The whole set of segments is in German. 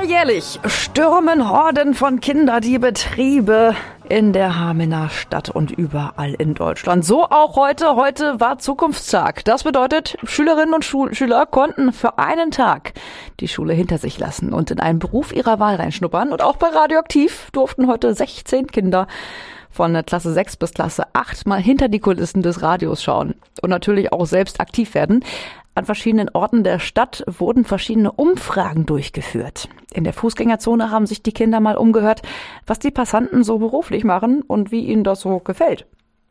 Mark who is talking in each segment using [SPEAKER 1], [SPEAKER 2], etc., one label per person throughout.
[SPEAKER 1] Alljährlich stürmen Horden von Kinder die Betriebe in der Hamener Stadt und überall in Deutschland. So auch heute. Heute war Zukunftstag. Das bedeutet, Schülerinnen und Schu Schüler konnten für einen Tag die Schule hinter sich lassen und in einen Beruf ihrer Wahl reinschnuppern. Und auch bei Radioaktiv durften heute 16 Kinder von der Klasse 6 bis Klasse 8 mal hinter die Kulissen des Radios schauen und natürlich auch selbst aktiv werden. An verschiedenen Orten der Stadt wurden verschiedene Umfragen durchgeführt. In der Fußgängerzone haben sich die Kinder mal umgehört, was die Passanten so beruflich machen und wie ihnen das so gefällt.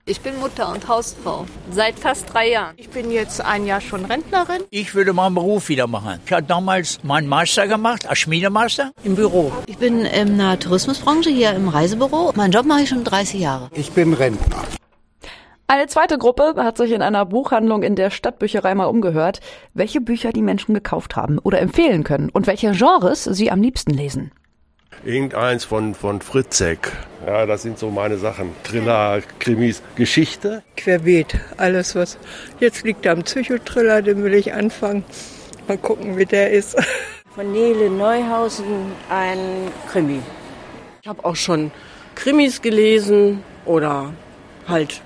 [SPEAKER 2] Ich bin Mutter und Hausfrau seit fast drei Jahren.
[SPEAKER 3] Ich bin jetzt ein Jahr schon Rentnerin.
[SPEAKER 4] Ich würde meinen Beruf wieder machen. Ich habe damals meinen Master gemacht, als Schmiedemaster im Büro.
[SPEAKER 5] Ich bin in der Tourismusbranche hier im Reisebüro. Meinen Job mache ich schon 30 Jahre.
[SPEAKER 6] Ich bin Rentner.
[SPEAKER 1] Eine zweite Gruppe hat sich in einer Buchhandlung in der Stadtbücherei mal umgehört, welche Bücher die Menschen gekauft haben oder empfehlen können und welche Genres sie am liebsten lesen.
[SPEAKER 7] Irgendeins von, von Fritzek. Ja, das sind so meine Sachen. Thriller, Krimis, Geschichte.
[SPEAKER 8] Querbeet, alles was. Jetzt liegt da am Psychothriller, den will ich anfangen. Mal gucken, wie der ist.
[SPEAKER 9] Von Nele Neuhausen ein Krimi.
[SPEAKER 10] Ich habe auch schon Krimis gelesen oder halt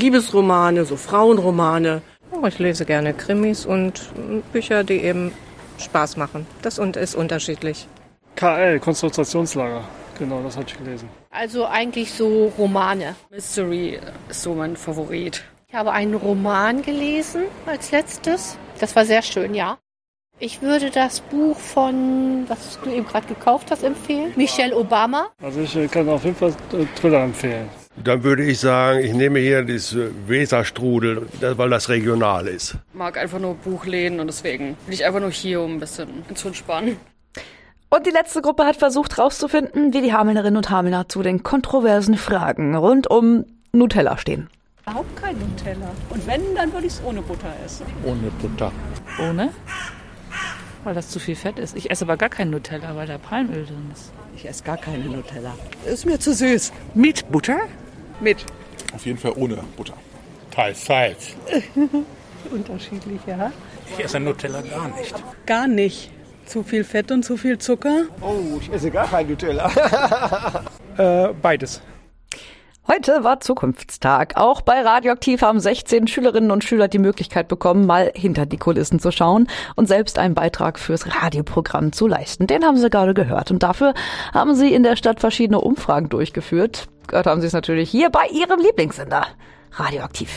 [SPEAKER 10] Liebesromane, so Frauenromane.
[SPEAKER 11] Oh, Ich lese gerne Krimis und Bücher, die eben Spaß machen. Das ist unterschiedlich.
[SPEAKER 12] KL, Konzentrationslager. Genau, das hatte ich gelesen.
[SPEAKER 13] Also eigentlich so Romane.
[SPEAKER 14] Mystery ist so mein Favorit.
[SPEAKER 13] Ich habe einen Roman gelesen als letztes. Das war sehr schön, ja. Ich würde das Buch von, was du eben gerade gekauft hast, empfehlen. Michelle Obama.
[SPEAKER 12] Also ich kann auf jeden Fall Thriller empfehlen.
[SPEAKER 7] Dann würde ich sagen, ich nehme hier das Weserstrudel, weil das regional ist.
[SPEAKER 14] Ich mag einfach nur Buchläden und deswegen bin ich einfach nur hier, um ein bisschen zu entspannen.
[SPEAKER 1] Und die letzte Gruppe hat versucht herauszufinden, wie die Hamelnerinnen und Hamelner zu den kontroversen Fragen rund um Nutella stehen.
[SPEAKER 15] Überhaupt kein Nutella. Und wenn, dann würde ich es ohne Butter essen.
[SPEAKER 16] Ohne Butter.
[SPEAKER 17] Ohne? Weil das zu viel Fett ist. Ich esse aber gar kein Nutella, weil da Palmöl drin ist.
[SPEAKER 18] Ich esse gar keine Nutella.
[SPEAKER 19] Ist mir zu süß.
[SPEAKER 20] Mit Butter?
[SPEAKER 19] Mit.
[SPEAKER 4] Auf jeden Fall ohne Butter.
[SPEAKER 1] Teils, teils.
[SPEAKER 12] Unterschiedlich, ja.
[SPEAKER 2] Ich esse Nutella gar nicht.
[SPEAKER 7] Gar nicht. Zu viel Fett und zu viel Zucker?
[SPEAKER 3] Oh, ich esse gar kein Nutella.
[SPEAKER 12] äh, beides.
[SPEAKER 1] Heute war Zukunftstag. Auch bei Radioaktiv haben 16 Schülerinnen und Schüler die Möglichkeit bekommen, mal hinter die Kulissen zu schauen und selbst einen Beitrag fürs Radioprogramm zu leisten. Den haben sie gerade gehört. Und dafür haben sie in der Stadt verschiedene Umfragen durchgeführt. Gehört haben sie es natürlich hier bei ihrem Lieblingssender. Radioaktiv.